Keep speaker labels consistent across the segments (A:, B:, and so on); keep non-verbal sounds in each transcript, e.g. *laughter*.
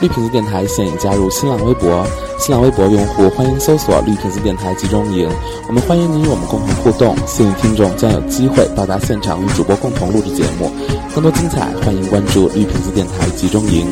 A: 绿瓶子电台现已加入新浪微博，新浪微博用户欢迎搜索“绿瓶子电台集中营”，我们欢迎您与我们共同互动，幸运听众将有机会到达现场与主播共同录制节目。更多精彩，欢迎关注绿瓶子电台集中营。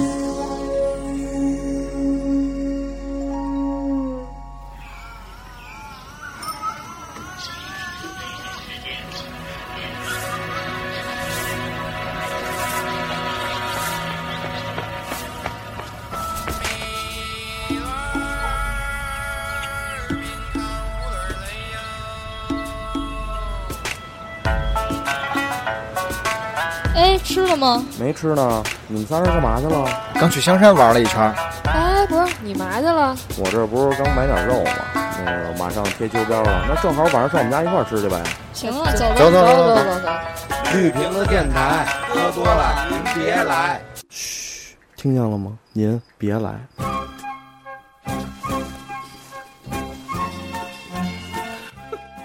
B: 哎，吃了吗？
C: 没吃呢，你们仨人干嘛去了？
D: *laughs* 刚去香山玩了一圈，
B: 哎，不是，你嘛去了？
C: 我这不是刚买点肉吗？那个马上贴秋膘了，那正好晚上上我们家一块儿吃去呗。
B: 行
E: 啊
B: 了，走吧，
D: 走
B: 走
D: 走走走
B: 走走。
F: 绿瓶子电台，喝多了您别来。
C: 听见了吗？您别来。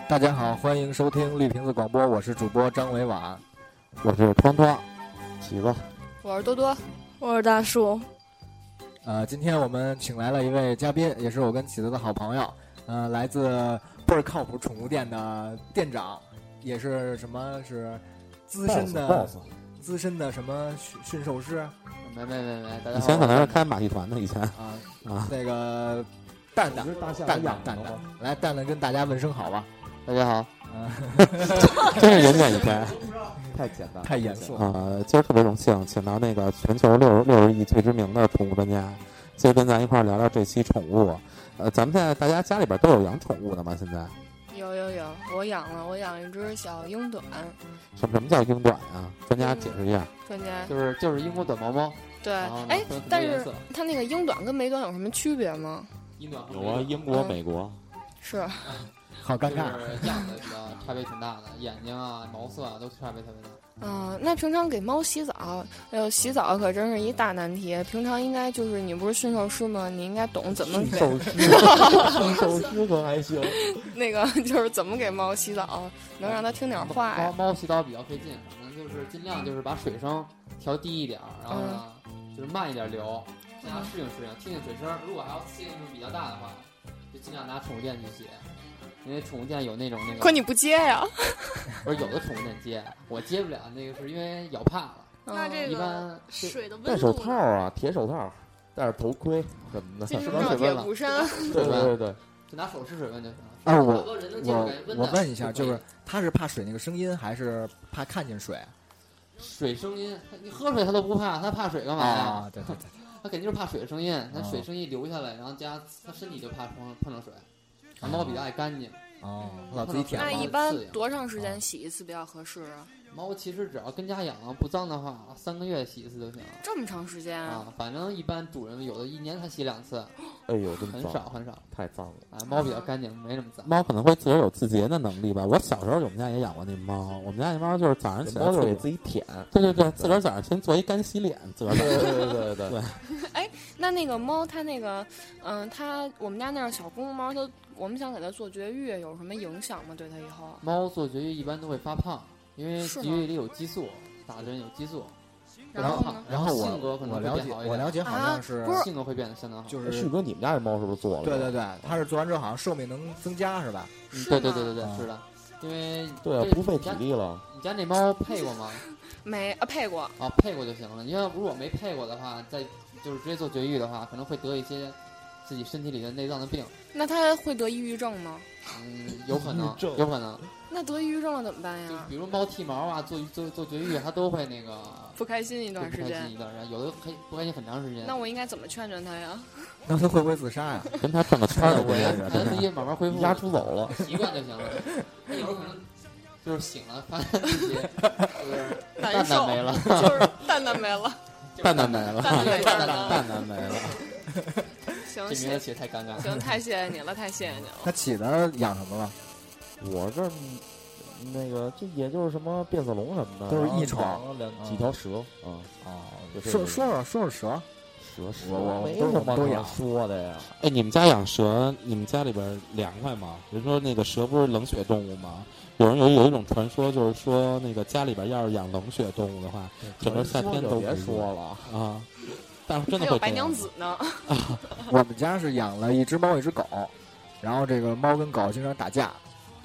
D: 大家好，欢迎收听绿瓶子广播，我是主播张伟婉。
A: 我是托托，
C: 起吧，
B: 我是多多，
G: 我是大树，
D: 呃，今天我们请来了一位嘉宾，也是我跟启子的好朋友，呃，来自倍儿靠谱宠物店的店长，也是什么是资深的资深的什么驯驯兽师啊、
H: 没没没没，大家
A: 以
H: 好。
A: 前可能是开马戏团的，以前啊
D: 那个蛋蛋蛋蛋蛋蛋，来蛋蛋跟大家问声好吧。呃
H: 大家好，
A: 真是永远以前。
C: 太简单，
D: 太严肃了，
A: 呃，今儿特别荣幸，请到那个全球六十六十亿最知名的宠物专家，今儿跟咱一块儿聊聊这期宠物。呃，咱们现在大家家里边都有养宠物的吗？现在
G: 有有有，我养了，我养一只小英短，
A: 什么什么叫英短啊？专家解释一下。
G: 专家
H: 就是就是英国短毛猫。
G: 对，
H: 然后呢
G: 哎
H: 分哦很，多
G: 但
H: 颜
G: 是
H: 色
G: 它那个英短跟美短有什么区别吗？
H: 英短
A: 有啊，英
G: 国
A: 国、
G: 美
A: 美国。
G: 是，
D: 好尴
H: 就是
D: 尬。
H: 样子比较差别挺大的，眼睛啊、毛色啊都差别特别大。
G: 嗯、那平常给猫洗澡，哎呦，洗澡可真是一大难题。平常应该就是你不是驯兽师吗？你应该懂怎么给
A: 手
G: *laughs*
A: 师，手师可还行。
G: 那个，就是怎么给猫洗澡，能让它听点话
H: 啊猫
G: 呀。
H: 猫洗澡比较费劲，可能就是尽量就是把水声调低一点儿，然后呢、就是慢一点流，尽量适应适应，听听水声。如果还要气性比较大的话，就尽量拿宠物店去洗，因为宠物店有那种那个，
G: 可你不接呀？
H: 不是有的宠物店接，我接不了，那个是因为咬怕了，
E: 嗯
B: 那这
H: 一
B: 个
H: 般是
B: 水的温
C: 戴
B: 度
C: 手套啊，铁手套，戴着头盔什么的。
G: 金
H: 是不
G: 钟
H: 是水
G: 罩铁
H: 温了
G: 布衫，
C: 对对对对，
H: 就拿手试水温就行了。
D: 哎我
H: 好多人能接受
D: 我
H: 感觉温
D: 我
H: 的
D: 问一下，
H: 就
D: 就
H: 可以
D: 是他是怕水那个声音，还是怕看见水
H: 水声音，你喝水他都不怕，他怕水干嘛呀？
D: 啊？对对对，
H: 他肯定是怕水的声音，那
D: 哦
H: 水声音流下来，然后加他身体就怕碰碰上水。然后猫比较爱干净，
D: 哦，
H: 嗯
D: 老自己舔
H: 那
G: 那
H: 一
G: 一
D: 了。
G: 般
H: 般
G: 多长时间洗一次比较合适啊？
H: 猫其实只要跟家养不脏的话，三个月洗一次就行了。
G: 这么长时间啊？
H: 啊，反正一般主人有的一年才洗两次，
C: 哎呦，真
H: 很
C: 脏，
H: 少很少
C: 太脏了。
H: 啊。猫比较干净，没那么脏。
A: 猫可能会自个儿有自洁的能力吧。我小时候我们家也养过那猫，我们家那猫就是早上
C: 这
A: 起来
C: 猫就是给
A: 自己
C: 自己舔。
A: 对对对，自个儿早上先做一干洗脸，自个儿
C: 对
A: 早上
C: 对对对对，
G: 那那个猫，它那个，嗯、它我们家那儿小公猫，它我们想给它做绝育，有什么影响吗？对它以后？
H: 猫做绝育一般都会发胖，因为
G: 是
H: 绝
G: 吗
H: 育里有激素，打针有激素，
G: 然后
H: 胖
G: 呢？，
D: 然后
H: 性格
D: 我
H: 可
D: 我
H: 能会
D: 了
H: 变
D: 解
H: 好一
D: 我
H: 点
D: 了解好
G: 啊
D: 像是
G: 不是
H: 性格会变得相当好。
D: 就
C: 旭
D: 是
C: 哥，你们家这猫是不是做了？
D: 对对对，他是做完之后好像寿命能增加是吧？
H: 嗯，
G: 是
H: 对对对
G: 吗
H: 对对，
D: 啊
H: 是的，因为
C: 对啊
H: 这，
C: 不费
H: 你
C: 体
H: 家
C: 力了。
H: 你家那猫配过吗？
G: 没啊，配过。
H: 啊，配过就行了。因为如果没配过的话，再就是直接做绝育的话，可能会得一些自己身体里的内脏的病，
G: 那它会得抑郁症吗？
H: 嗯，有可能
C: 抑郁症，
H: 有可能，
G: 那得抑郁症了怎么办
H: 就是
G: 呀？
H: 比如猫剃毛啊，做做做绝育，它都会那个
G: 不开心一
H: 就
G: 段
H: 不
G: 时
H: 开心
G: 间，
H: 一段时间，有的可以不开心很长时间。
G: 那我应该怎么劝劝它呀？
D: *laughs* 那他会不会自杀呀？
A: 跟它转个圈
H: 但
A: 儿
H: 是
A: 我
H: 我
A: 也
H: 也
A: 是
H: 可
A: 真
H: 能
A: 的
H: 自己慢慢恢复，
C: 压出走了，
H: 习惯就行
A: *laughs*
H: 了。有时候可能就是醒了，发现自
G: *laughs*
H: 己就是
G: 难
H: 蛋蛋
G: 受，
H: 没了，
G: *laughs* 就是蛋蛋没了，
A: 蛋蛋没了，
G: 蛋蛋没
H: 蛋
G: 了。
A: 蛋蛋没了。
G: 行
H: 这名字
G: 行
H: 起得太尴尬了。
G: 行，太谢谢你了，太谢谢你了。
D: 他起的养什么 *laughs* 了？
C: 我这那个这也就是什么变色龙什么的，
D: 都是
C: 然后
D: 异宠
C: 两个两几条蛇啊，
D: 哦，
C: 就是
D: 说说说说蛇，
C: 蛇蛇
D: 我我
C: 没
D: 都是
C: 什么
D: 都
C: 可
D: 养
C: 说的呀。
A: 哎，你们家养蛇，你们家里边凉快吗？人说那个蛇不是冷血动物吗？有人有有一种传说，就是说那个家里边要是养冷血动物的话，整个夏
C: 说
A: 天都
C: 就别
A: 不
C: 说了，
A: 啊。
I: 但是真
G: 还
I: 的
G: 有
I: 会这
G: 白
I: 样
G: 娘。子呢。
D: 我们家是养了一只猫一只狗，然后这个猫跟狗经常打架。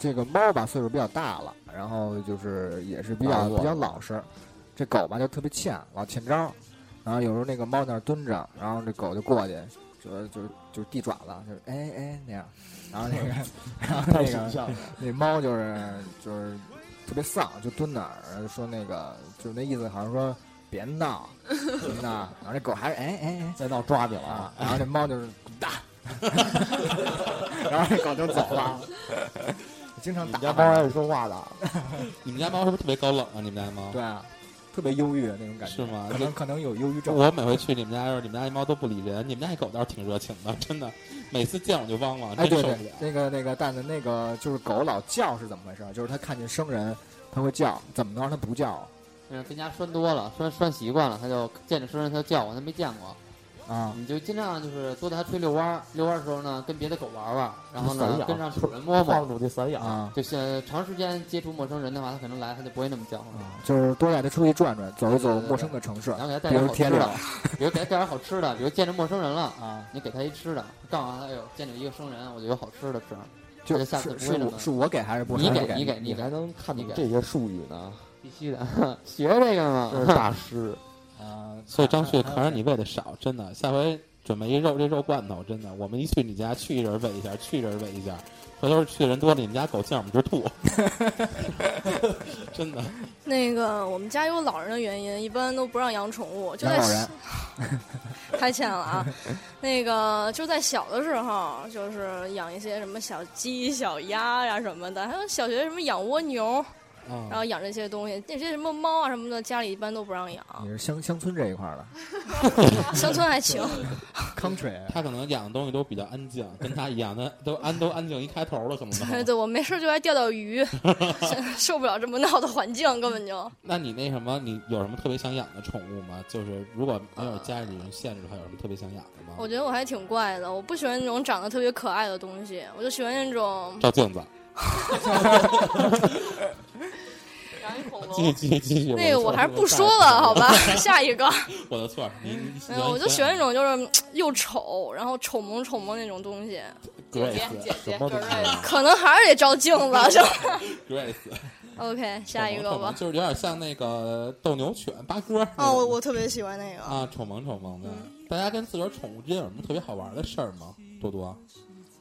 D: 这个猫吧岁数比较大了，然后就是也是比较
J: 懒惰
D: 比较老实，这狗吧就特别欠，老欠招。然后有时候那个猫在那儿蹲着，然后这狗就过去，就就就地爪子，就是哎哎那样。然后那个，然后那个那猫就是就是特别丧，就蹲那儿，然后说那个就是那意思，好像说别闹，什么的。然后这狗还是哎哎哎，
K: 再闹抓你了
D: 啊，然后这猫就是滚蛋， *laughs* 然后这狗就走了。经常
K: 你
D: 打
K: 们家猫还会说话的，啊
I: 你们家猫是不是特别高冷啊？你们家猫
D: 对啊，特别忧郁的那种感觉，
I: 是吗？
D: 可能可能有忧郁症。
I: 我每回去你们家的时候，你们家那猫都不理人，你们家那狗倒是挺热情的，真的，每次见我就汪汪，
D: 哎，
I: 真
D: 对
I: 受不
D: 对
I: 了。，
D: 那个那个蛋蛋，那个就是狗老叫是怎么回事？就是它看见生人，它会叫，怎么能让它不叫
H: 嗯，跟家拴多了，拴拴习惯了，它就见着生人它就叫我，它没见过。
D: 啊？
H: 你就尽量就是多带它出去遛弯儿，遛弯儿的时候呢，跟别的狗玩玩，然后
K: 散
H: 呢
K: 养
H: 跟上主人摸摸。
K: 放出去散养。
D: 啊
H: 就是长时间接触陌生人的话，它可能来它就不会那么叫了。
D: 啊，就是多带它出去转转，走一走
H: 对对对
D: 陌生的城市
H: 然，后给它带
D: 比
H: 点
D: 如
H: 好吃
D: 天
H: 的
D: 亮，
H: 比如给它带点好吃的，比如见着陌生人了，
D: 啊，
H: 你给它一吃的，告诉它，哎呦，见着一个生人，我就有好吃的吃。
D: 就
H: 那下次
D: 是
H: 不
D: 是
H: 会那
D: 我
H: 么
D: 是我给还是不
H: 你
D: 还是
H: 给
D: 不
H: 你给
K: 你
H: 你
K: 还
H: 给，
K: 能看懂
H: 你给
K: 这些术语呢，
H: 必须的， *laughs* 学这个
K: 这
H: 嘛。
K: 是大
H: *laughs*
K: 师。
D: 啊？
I: 所以张旭，
D: 还有
I: 可是你喂的少，真的。下回准备一肉这肉罐头，真的。我们一去你家，去一人喂一下，去一人喂一下。回头去的人多了，你们家狗见我们这儿吐，真的。
E: 那个我们家有老人的原因，一般都不让养宠物，就
D: 养
E: 在
D: 老人
E: 太欠了啊。那个就在小的时候，就是养一些什么小鸡、小鸭呀、什么的，还有小学什么养蜗牛，然
I: 啊，
E: 后养这些东西，那些什么猫啊什么的，家里一般都不让养。
H: 啊
D: 你是乡乡村这一块儿的
E: 乡村还行，
H: *laughs*
D: country
I: 他可能养的东西都比较安静，跟他一样，他都安都安静一开头了，可能都。
E: 哎对对，我没事就爱钓钓鱼， *laughs* 受不了这么闹的环境，根本就
I: 那你那什么，你有什么特别想养的宠物吗？就是如果没有家里人限制的话，有什么特别想养的吗？
E: 我觉得我还挺怪的，我不喜欢那种长得特别可爱的东西，我就喜欢那种
I: 照镜子，
G: 养一恐
I: 继续继续继续。
E: 那个我
I: 的错
E: 还是不说
I: 我的错
E: 了，好吧？下一个，
I: 我的错，你你
E: 没有，我就喜欢那种就是嗯又丑，然后丑萌丑萌那种东西，
G: 姐姐
I: Grace
G: 姐姐
K: 什么都
G: 就是这个
E: 可能还是得照镜子。就
I: Grace，
E: OK，下一个吧。
I: 就是有点像那个斗牛犬八哥那种。
E: 哦，我我特别喜欢那个，
I: 啊，宠萌宠萌的。大家跟自个儿宠物之间有什么特别好玩的事儿吗？多多，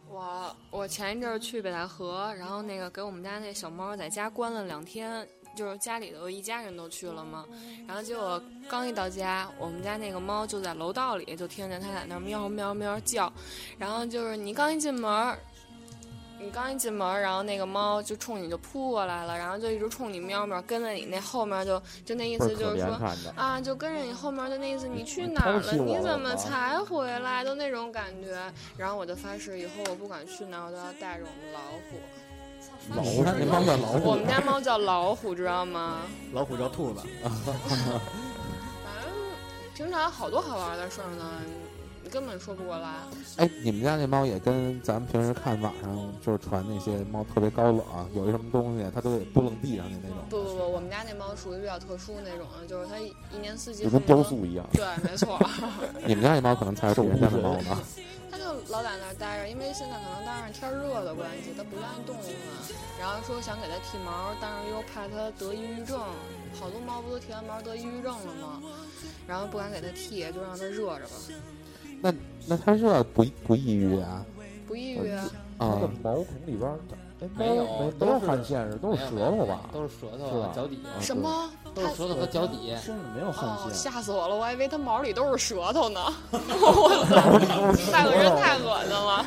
G: 我我前一阵儿去北戴河，然后那个给我们家那小猫在家关了两天，就是家里头一家人都去了嘛，然后结果刚一到家，我们家那个猫就在楼道里就听见它在那儿喵喵喵叫，然后就是你刚一进门儿。你刚一进门儿，然后那个猫就冲你就扑过来了，然后就一直冲你喵喵，跟在你那后面就就那意
J: 倍儿
G: 思
J: 可
G: 就是
J: 怜
G: 说，
J: 看着。
G: 啊，就跟着你后面的那意思，你去哪儿了？
K: 你
G: 你
K: 抛弃我
G: 怎么
K: 了吗
G: 才回来？就那种感觉。然后我就发誓，以后我不管去哪儿，我都要带着我们老虎。
K: 老
I: 你看那猫叫老
G: 我
I: 虎，
G: 们家猫叫老虎，知道吗？
D: 老虎叫兔子，
G: *laughs* 反正平常好多好玩的事儿呢，你根本说不过来。
I: 哎，你们家那猫也跟咱们平时看网上就是传那些猫特别高冷，啊有一什么东西它都得不楞地上去那种。
G: 不不不，我们家那猫属于比较特殊那种的，就是它一一年四季
K: 就跟
G: 恨不
K: 雕
G: 得
K: 塑一样。
G: 对，没错，
I: 你们家那猫可能才是别人家的猫呢。
G: 它就老在那儿待着，因为现在可能当然天儿热的关系，它不愿意动物嘛。然后说想给它剃毛，但是又怕它得抑郁症，好多猫不都剃完毛得抑郁症了吗？然后不敢给它剃，就让它热着吧，
I: 那它这不不抑郁啊？
G: 不抑郁啊。
K: 它
I: 啊
K: 的，毛孔里边儿，哎，
H: 没有
K: 没
H: 都
K: 没有
H: 是
K: 汗腺是，都是舌头吧？
H: 都是舌
K: 是
H: 头
K: 吧
H: 啊、脚底下，
G: 什么？
H: 都是舌头和脚底。啊
K: 身上没有
G: 哦
K: 汗，腺，
G: 吓死我了！我还以为它毛里都是舌头呢。 *laughs* 我操，太恶心，太恶心了。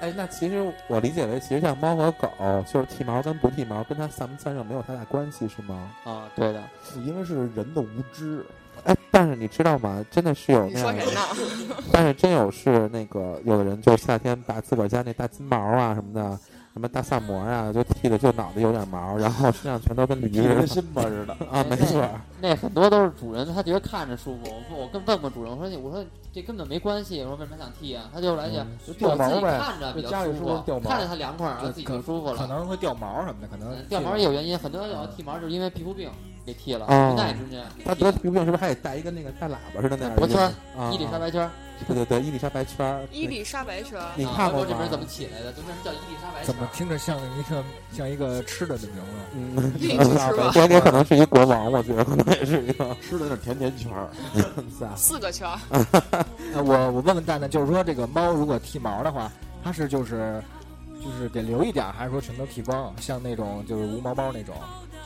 I: 哎，那其实我理解为，其实像猫和狗，就是剃毛跟不剃毛，跟它散不散热没有太大关系，是吗？
H: 啊，对的，
K: 因为是人的无知。
I: 哎，但是你知道吗？真的是有
G: 你
I: 那
G: 说
I: 样的
G: 谁呢？
I: 但是真有是那个有的人就夏天把自个儿家那大金毛啊什么的，什么大萨摩啊，就剃的就脑袋有点毛，然后身上全都跟驴
K: 你跟
I: 似
K: 辛巴似的，
I: 的啊，没错儿。
H: 那很多都是主人，他觉得看着舒服。我问我跟问过主人，我说你，我说这根本没关系，我说为什么想剃啊？他
D: 哎
H: 就来讲，
I: 嗯
H: 就
K: 掉毛
H: 自己
K: 呗
H: 看着比
K: 就家
H: 较
K: 里
H: 舒
K: 是不是掉
H: 服，
K: 毛
H: 看着它凉快，然后自己就舒服
D: 可
H: 了。嗯
D: 能会掉毛什么的，可能
H: 掉毛也有原因，很多人有剃毛就是因为皮肤病，给剃了，
I: 啊
H: 无奈之间，
I: 他得皮肤病是不是还得带一个那个大喇叭似的那样
H: 脖圈儿
I: 啊
H: 伊丽莎白圈儿，
I: 对对对，伊丽莎白圈儿。
G: 伊丽莎白圈儿，
I: 你
H: 啊
I: 看过
H: 我这名
I: 吗
H: 儿？怎么起来的？就为什么叫伊丽莎白圈
D: 怎么
H: 儿？
D: 听着像一个像一个吃的的名字？
I: 嗯，
G: 伊丽
I: 我
G: 莎白
I: 我可能是一国王，我觉得可能也是一个。
F: 吃的那甜甜圈儿，
G: 四个圈儿，
D: 呃我我问问蛋蛋，就是说这个猫如果剃毛的话，它是就是就是给留一点儿，还是说全都剃光？像那种就是无毛猫那种，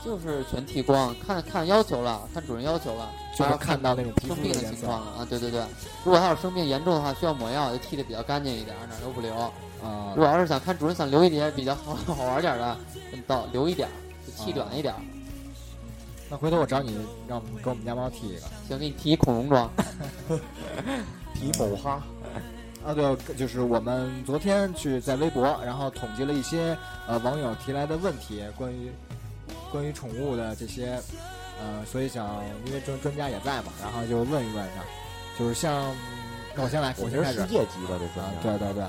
H: 就是全剃光，看看要求了，看主人要求了，
D: 就
H: 还
D: 是
H: 要
D: 看到那种皮
H: 生
D: 肤
H: 啊病的
D: 颜
H: 情
D: 色
H: 况
D: 啊、
H: 了啊，对对对。如果要是生病严重的话，需要抹药，就剃的比较干净一点，哪儿都不留。
D: 啊
H: 如果要是想看主人想留一点比较好好玩点儿的，你到留一点儿，就剃短一点儿。
D: 那回头我找你，让我们给我们家猫剃一个。
H: 行，给你剃一恐龙装，
I: 皮某哈，
D: 啊，对，就是我们昨天去在微博，然后统计了一些呃网友提来的问题，关于关于宠物的这些，呃，所以想因为专专家也在嘛，然后就问一问啊，就是像那我先来，
I: 我
D: 我先
I: 觉得
D: 开始
I: 世
D: 啊，
I: 界级的这专家。
D: 对对对，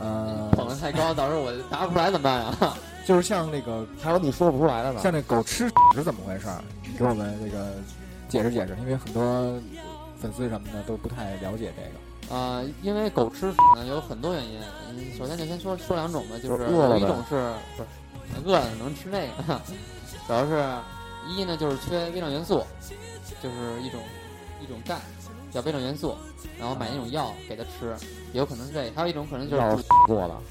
D: 呃，
H: 捧得太高，到时候我答不出来怎么办啊？
D: 就是像那个
I: 还有你啊说不出来的呢。
D: 像那狗吃屎是怎么回事儿，给我们这个解释解释，因为很多粉丝什么的都不太了解这个。
H: *laughs* 啊，因为狗吃屎呢有很多原因，嗯首先就先说说两种吧，就是
I: 饿
H: 有
I: 了
H: 一
I: 呗
H: 种是不是饿了能吃那个， *laughs* 主要是一呢就是缺微量元素，就是一种一种钙叫微量元素，然后买那种药给它吃，也有可能是这个，还有一种可能就是
I: 要
H: 不
I: 是过了，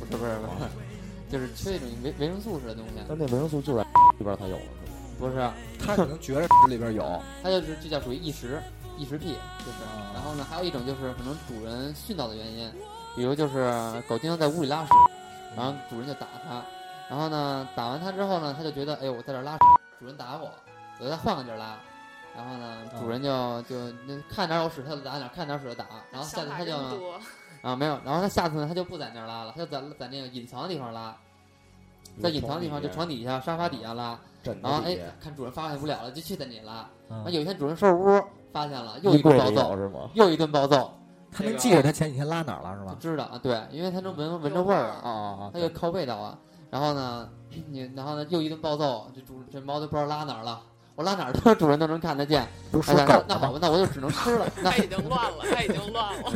H: 不是不是不是， *laughs* 就是缺一种维维生素似的东西，啊
I: 但那维生素就在里边才有了，是吧？
H: 不是，
D: 他可能觉着里边有，
H: 它就是这叫属于异食异食癖，就是。
D: 啊
H: 然后呢，还有一种就是可能主人训导的原因，比如就是狗经常在屋里拉屎，然后主人就打它，然后呢打完它之后呢，它就觉得哎呦我在这儿拉屎，主人打我，我再换个地儿拉，然后呢主人就就那看哪儿有屎它就打哪儿，看哪儿有屎就打，然后下
G: 想
H: 次
G: 法
H: 它
G: 真
H: 就
G: 多。
H: 啊没有，然后它下次呢它就不在那儿拉了，它就在在那个隐藏的地方拉，在隐藏的地方就床底下、沙发底下拉，
I: 枕
H: 然后
I: 头
H: 哎
I: 底
H: 看主人发现不了了，就去在那里拉，
D: 嗯
H: 然后有一天主人收拾屋发现了，又
I: 衣
H: 一顿
I: 柜
H: 暴
I: 里
H: 揍
I: 有。是吗？
H: 又一顿暴揍，
D: 他能记着他前几天拉哪儿了是
H: 就
D: 吧？
H: 知道啊，对，因为他能
I: 嗯
H: 闻闻着味儿
D: 啊
H: 啊，
D: 啊
I: 哎
H: 他就靠味道啊。然后呢，你然后呢又一顿暴揍，这主这猫都不知道拉哪儿了，我拉哪儿都主 *laughs* 人都能看得见。
D: 不是
H: 哎
D: 说
H: 呀
D: 狗
H: 那那好吧，那我就只能吃
I: *laughs*
H: 了。那
G: 他已经乱了，他已经乱了。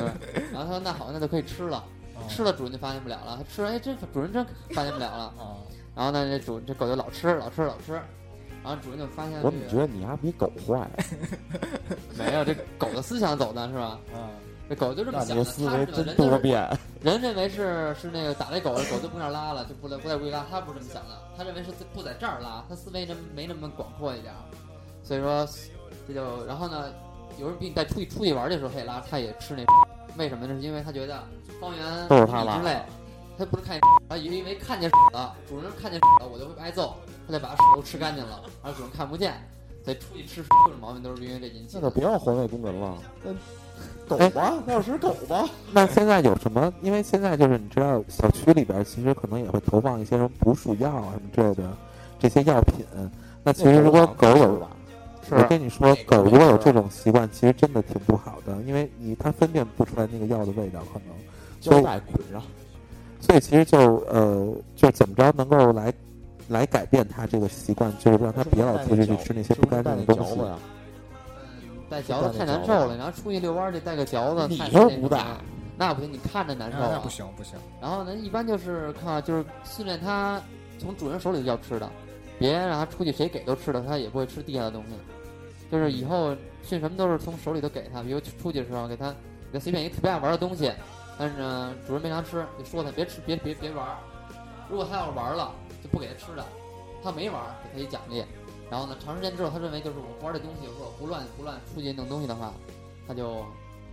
H: 然后他说那好，那就可以吃了。
I: 哦
H: 吃了主人就发现不了了，他吃了哎这主人真发现不了了。
I: 哦
D: 啊，
H: 然后呢这主这狗就老吃老吃老吃，然后主人就发现
I: 我怎么
H: 这
I: 觉
H: 个
I: 得你还比狗坏？
H: 没有这狗的思想走的是吧？
D: 嗯，
H: 这狗就这么
I: 那
H: 想的，
I: 你的思
H: 它
I: 维
H: 是的
I: 真
H: 人就
I: 多
H: 是
I: 变。
H: 人认为是是那个打那狗了，狗就不那儿拉了，就不来不在屋里拉，他不是这么想的，他认为是在不在这儿拉，他思维真没那么广阔一点儿，所以说这就然后呢，有人比你带出去出去玩的时候他也拉，他也吃那，为什么呢？是因为他觉得方圆
I: 都
H: 五
I: 是他拉
H: 米之内，他不是看见，他以为看见了，主人看见了，我就会挨揍，他就把屎都吃干净了，而主人看不见，所以出去吃各种毛病都是因为这引起
I: 那
H: 的
I: 就。别要环卫工人了。
F: 狗吧，那是狗吧。
I: 那现在有什么？因为现在就是你知道，小区里边其实可能也会投放一些什么捕鼠药啊什么之类的这些药品。那其实如果狗有
F: 吧，
I: 我跟你说，狗如果有这种习惯，其实真的挺不好的，因为你它分辨不出来那个药的味道，可能。
F: 胶带捆
I: 啊
F: 上，
I: 所以其实就呃，就怎么着能够来来改变它这个习惯，就是让它别老出去去吃那些不干净的东
F: 是
I: 西
F: 不是带那嚼。子呀
H: 嗯带嚼子太难受了，然后出去遛弯儿去带个嚼子，
I: 你
H: 太
I: 又
H: 那什
I: 不
H: 么
I: 带
H: 了，那不行，你看着难受
D: 那
H: 啊
D: 不。行不行，
H: 然后呢，一般就是看就是训练它从主人手里就要吃的，别让它出去谁给都吃的，它也不会吃地下的东西。就是以后训什么都是从手里头给它，比如出去的时候给它给它随便一个特别爱玩的东西，但是呢主人没啥吃，就说它别吃别别别玩儿。如果它要是玩了，就不给它吃的；它没玩儿，给它一奖励。然后呢，长时间之后，它认为就是我玩这东西，如果不乱不乱出去弄东西的话，它就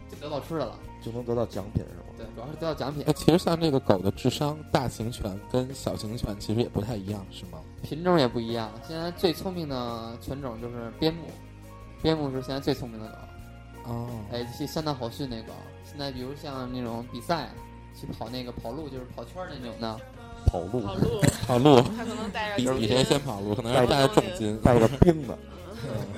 H: 就得到吃的了。
I: 就能得到奖品是吗？
H: 对，主要是得到奖品
A: 那。呃其实像这个狗的智商，大型犬跟小型犬其实也不太一样，是吗？
H: 品种也不一样。现在最聪明的犬种就是边牧，边牧是现在最聪明的狗，
A: 哦，
H: 哎，是相当好训那狗。现在比如像那种比赛，去跑那个跑路，就是跑圈儿那种的，
I: 跑路
G: 跑路，
A: 跑路
G: 他可能带着
A: 比
G: 酒
A: 比
G: 精
A: 谁先跑路，可能要带着重金。*laughs*
I: 带个冰的，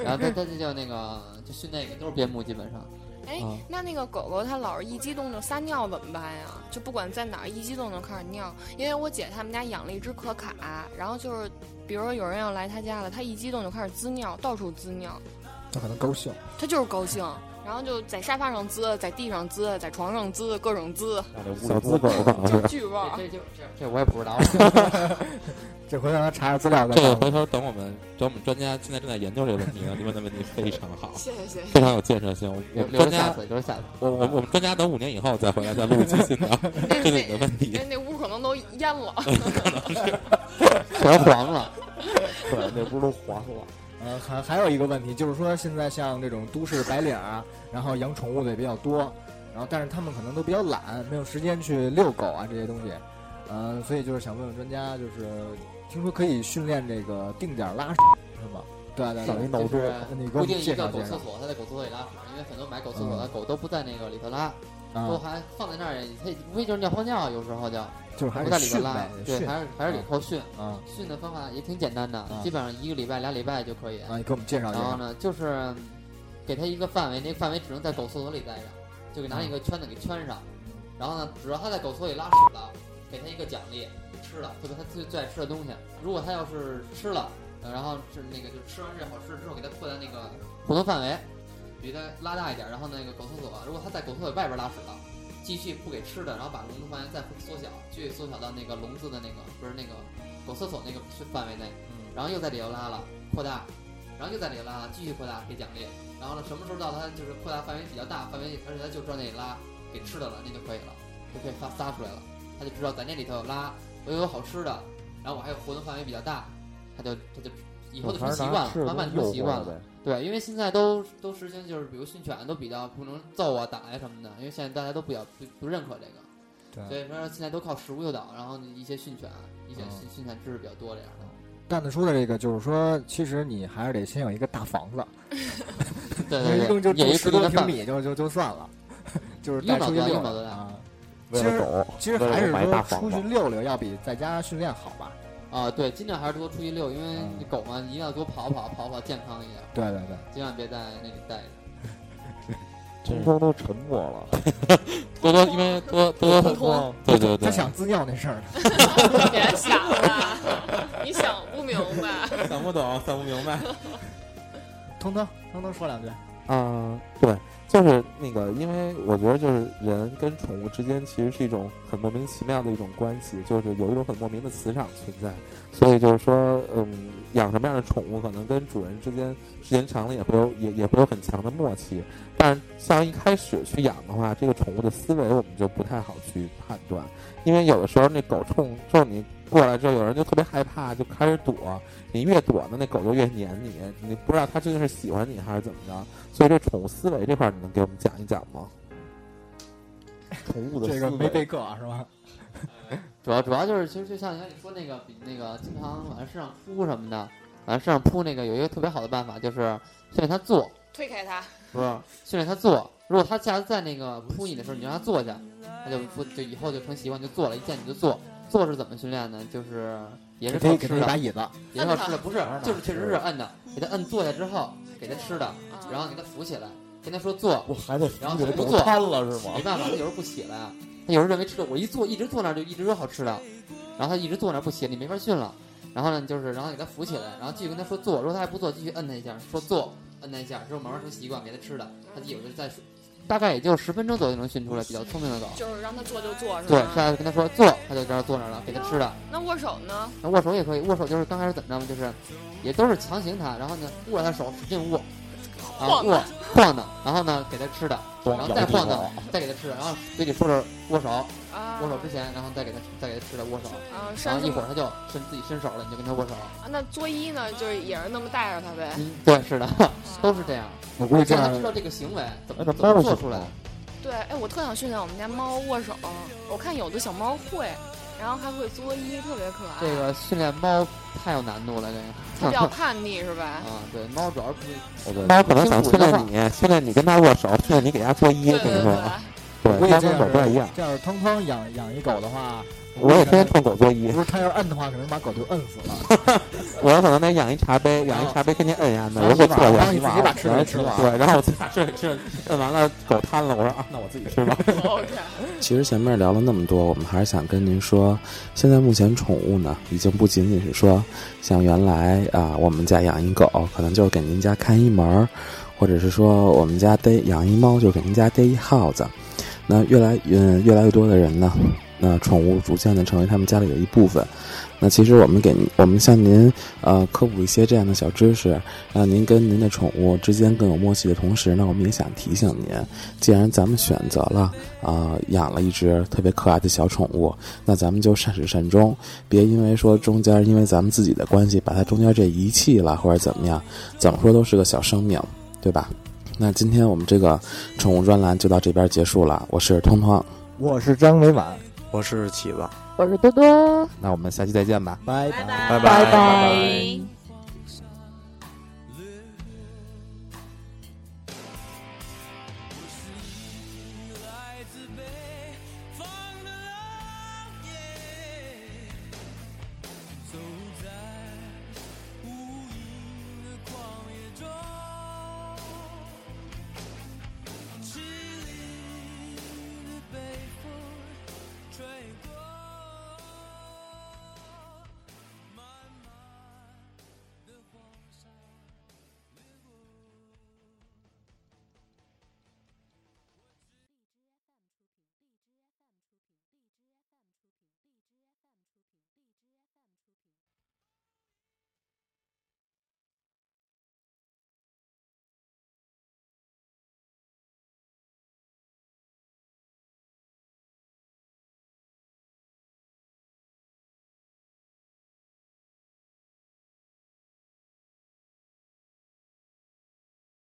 H: 然后它它就叫那个就训那个都是边牧，基本上
G: 哎
A: 啊，
G: 那那个狗狗它老是一激动就撒尿怎么办呀？就不管在哪儿一激动就开始尿。因为我姐他们家养了一只可卡，然后就是比如说有人要来他家了，他一激动就开始滋尿，到处滋尿，
D: 他可能高兴。
G: 他就是高兴，然后就在沙发上滋，在地上滋，在床上滋，各种滋，
C: 那这屋
I: 小
C: 里
I: 资狗可
C: *laughs*
I: 能
G: 就是是。巨
H: *laughs*
G: 味儿。
H: 这就这这我也不知
D: *laughs*
H: 道，
D: 这回让他查查资料再
A: 这个
D: 看。
A: 回头等我们等我们专家现在正在研究这个问题呢，你问的问题非常好，
G: 谢谢谢谢。
A: 非常有建设性。我我
H: 留
A: 们专
H: 留着下
A: 家，
H: 次，留着下次。
A: 我我我们专家等五年以后再回来再录一期新的，这是你的问题
G: *laughs* 那。哎那屋可能都淹了，
H: *laughs* 全黄了，
C: 对，那屋都黄了。
D: 呃，还还有一个问题就是说，现在像这种都市白领啊， *laughs* 然后养宠物的也比较多，然后但是他们可能都比较懒，没有时间去遛狗啊这些东西，呃，所以就是想问问专家，就是听说可以训练这个定点拉屎是吗？对对
C: 上一
D: 对，
C: 脑
H: 就是
C: 中，
D: 你给
H: 固
D: 我们
H: 定一
D: 介
H: 个
D: 绍
H: 狗
D: 介
H: 厕
D: 绍
H: 所，它在狗厕所里拉屎，因为很多买狗厕所的
D: 嗯
H: 狗都不在那个里头拉，都
D: 啊，
H: 还放在那儿，它无非就是尿泡尿，有时候就
D: 就是还
H: 不
D: 是
H: 在里头
D: 训
H: 拉
D: 呗，，
H: 对，
D: 训
H: 还是还是里头训。
D: 啊
H: 训的方法也挺简单的，
D: 啊
H: 基本上一个礼拜、俩礼拜就可以。
D: 啊，你给我们介绍介
H: 然后
D: 绍
H: 呢，就是给它一个范围，那个范围只能在狗厕所里待着，就给拿一个圈子给圈上。然后呢，只要它在狗厕所里拉屎了，给它一个奖励，吃的，特别它最最爱吃的东西。如果它要是吃了，呃然后是那个就吃完这好吃之后，给它扩在那个活动范围，比它拉大一点。然后那个狗厕所，如果它在狗厕所外边拉屎了。继续不给吃的，然后把笼子范围再缩小，继续缩小到那个笼子的那个不是那个狗厕所那个范围内，然后又在里头拉了，扩大，然后又在里头拉了，继续扩大给奖励，然后呢，什么时候到它就是扩大范围比较大，范围而且它就照那里拉给吃的了，那就可以了，就可以撒撒出来了，它就知道在那里头有拉，我又有好吃的，然后我还有活动范围比较大，它就它就以后就成习惯了，慢慢成习惯了。
C: 呗。
H: 对，因为现在都都实行就是，比如训犬都比较不能揍啊、打呀、什么的，因为现在大家都比较不不认可这个，
D: 对
H: 所以说现在都靠实物诱导，然后一些训犬、啊一些
D: 嗯
H: 训训犬知识比较多这样的。
D: 蛋蛋说的这个就是说，其实你还是得先有一个大房子，
H: 对
D: 一
H: 对
D: 共就
H: 对，
D: 住
H: 也一固
D: 十多
H: 定的
D: 平
H: 范围。
D: 米就就就算了，就是
H: 一
D: 带
H: 脑
D: 出去
H: 袋一
D: 遛
H: 脑
D: 遛
H: 袋
D: 啊。
C: 为了狗，
D: 其实
C: 为了
D: 还是
C: 买大
D: 说
C: 房
D: 出去
C: 子，
D: 遛遛要比在家训练好吧？
H: 啊，对，尽量还是多出去遛，因为
D: 嗯
H: 狗嘛，一定要多跑跑跑跑，健康一点，
D: 对对对，
H: 千万别在那里待着。
C: 通通都沉默了。
A: *laughs* 多多因为多多
G: 通通
A: 对对
D: 他
A: 对，
D: 想自尿那事儿呢，
G: 别想了，你想不明
H: *laughs*
G: 白。
A: 想不懂，想不明白。
D: 通通通通说两句。
I: *laughs* 嗯，对，就是那个，因为我觉得就是人跟宠物之间其实是一种很莫名其妙的一种关系，就是有一种很莫名的磁场存在。所以就是说，嗯，养什么样的宠物，可能跟主人之间时间长了也会有也也会有很强的默契。但是像一开始去养的话，这个宠物的思维我们就不太好去判断，因为有的时候那狗冲冲你过来之后，有人就特别害怕，就开始躲。你越躲呢，那狗就越粘你，你不知道它究竟是喜欢你还是怎么着。所以这宠物思维这块，你能给我们讲一讲吗？
C: 宠物的
D: 这
C: 思
D: 个没
C: 维，
D: 备课啊是吧？
H: 主要主要就是，其实就像像你说那个，比那个经常往身上扑什么的，往身上扑那个有一个特别好的办法，就是训练它坐，
G: 推开他，
H: 不是训练它坐。如果它下次在那个扑你的时候，你就让它坐下，它就不就以后就成习惯，就坐了，一见你就坐。坐是怎么训练呢？就是也是
D: 可
H: 靠
D: 以给
H: 吃啊
D: 他一把
H: 的，
D: 椅子，
H: 也是靠吃的，嗯不是
D: 摁它，
H: 就是确实是摁的，给它摁坐下之后，给它吃的，
G: 啊
H: 然后给它扶起来，跟它说坐，
C: 我还得
H: 然后
C: 给
H: 它
C: 它
H: 不
C: 狗
H: 坐，
C: 瘫了是吗
H: 没？办法，他有时候不起来，他有时候认为吃的，我一坐一直坐那儿就一直有好吃的，然后他一直坐那儿不起来，你没法训了。然后呢，你就是然后给他扶起来，然后继续跟他说坐，如果他还不坐，继续摁他一下，说坐，摁他一下，之后慢慢成习惯，给他吃的，他有的再大概也就十分钟左右能训出来，比较聪明的狗。
G: 就是让他坐就坐，是
H: 对，
G: 吧？
H: 下次跟他说坐，他就在那儿坐那儿了，给他吃的。
G: 那握手呢？
H: 那握手也可以，握手就是刚开始怎么着嘛，就是也都是强行他，然后呢握着他手使劲握，然后
G: 晃
H: 握晃的，然后呢给他吃的，然后
C: 咬
H: 再
C: 住
H: 晃
C: 了
H: 的，再给他吃的，然后嘴里说着握手，
G: 啊，
H: 握手之前，然后再给他再给他吃的握手，
G: 啊，
H: 然
G: 伸
H: 后一
G: 手
H: 会儿他就伸自己伸手了，你就跟他握手。
G: 啊那作揖呢，就是也是那么带着他呗，
H: 嗯，对，是
G: 啊
H: 的，都是这样。哎
D: 我估计这
H: 让
D: 样
H: 他知道这个行为怎
C: 哎
H: 么
C: 那
H: 怎么
C: 猫
H: 做
C: 是
H: 出来的。
G: 对，哎，我特想训练我们家猫握手，我看有的小猫会，然后还会作揖，特别可爱。
H: 这个训练猫太有难度了，
G: 它
H: 这 *laughs*
G: 比
H: 个。
G: 较叛逆是吧？
H: 啊，对，猫主要是
C: 我的
D: 呃
I: 猫可能想训练你，训练你跟它握手，训练你给它作揖，
G: 对
I: 跟
G: 对
I: 你
G: 对
I: 说，，对，
D: 我估计
I: 猫
D: 这
I: 跟狗不太一样
D: 样，。这样通通养养一狗的话，
I: 我也天天碰狗作揖
D: 不，是他要是摁的话，可能把狗就摁死了。
I: 我有可能得养一茶杯，养一茶杯天天摁下呢，
D: 然后
I: 我给坐
D: 然后你
I: 下，
D: 自己把吃的吃完
I: 对，然后我自己把吃的吃了，摁完了狗瘫了，我说啊，那我自己吃吧。
A: 其实前面聊了那么多，我们还是想跟您说，现在目前宠物呢，已经不仅仅是说像原来啊、我们家养一狗，可能就是给您家看一门儿，或者是说我们家逮养一猫，就给您家逮一耗子。那越来嗯越来越多的人呢，那宠物逐渐的成为他们家里的一部分。那其实我们给您我们向您呃科普一些这样的小知识，让您跟您的宠物之间更有默契的同时呢，我们也想提醒您，既然咱们选择了啊、养了一只特别可爱的小宠物，那咱们就善始善终，别因为说中间因为咱们自己的关系把它中间这遗弃了或者怎么样，怎么说都是个小生命，对吧？那今天我们这个宠物专栏就到这边结束了，我是通通，
D: 我是张伟婉，
F: 我是启子，
L: 我是多多。
A: 那我们下期再见吧。
D: 拜
L: 拜拜
D: 拜。
F: 拜
L: 拜。
F: 来自北。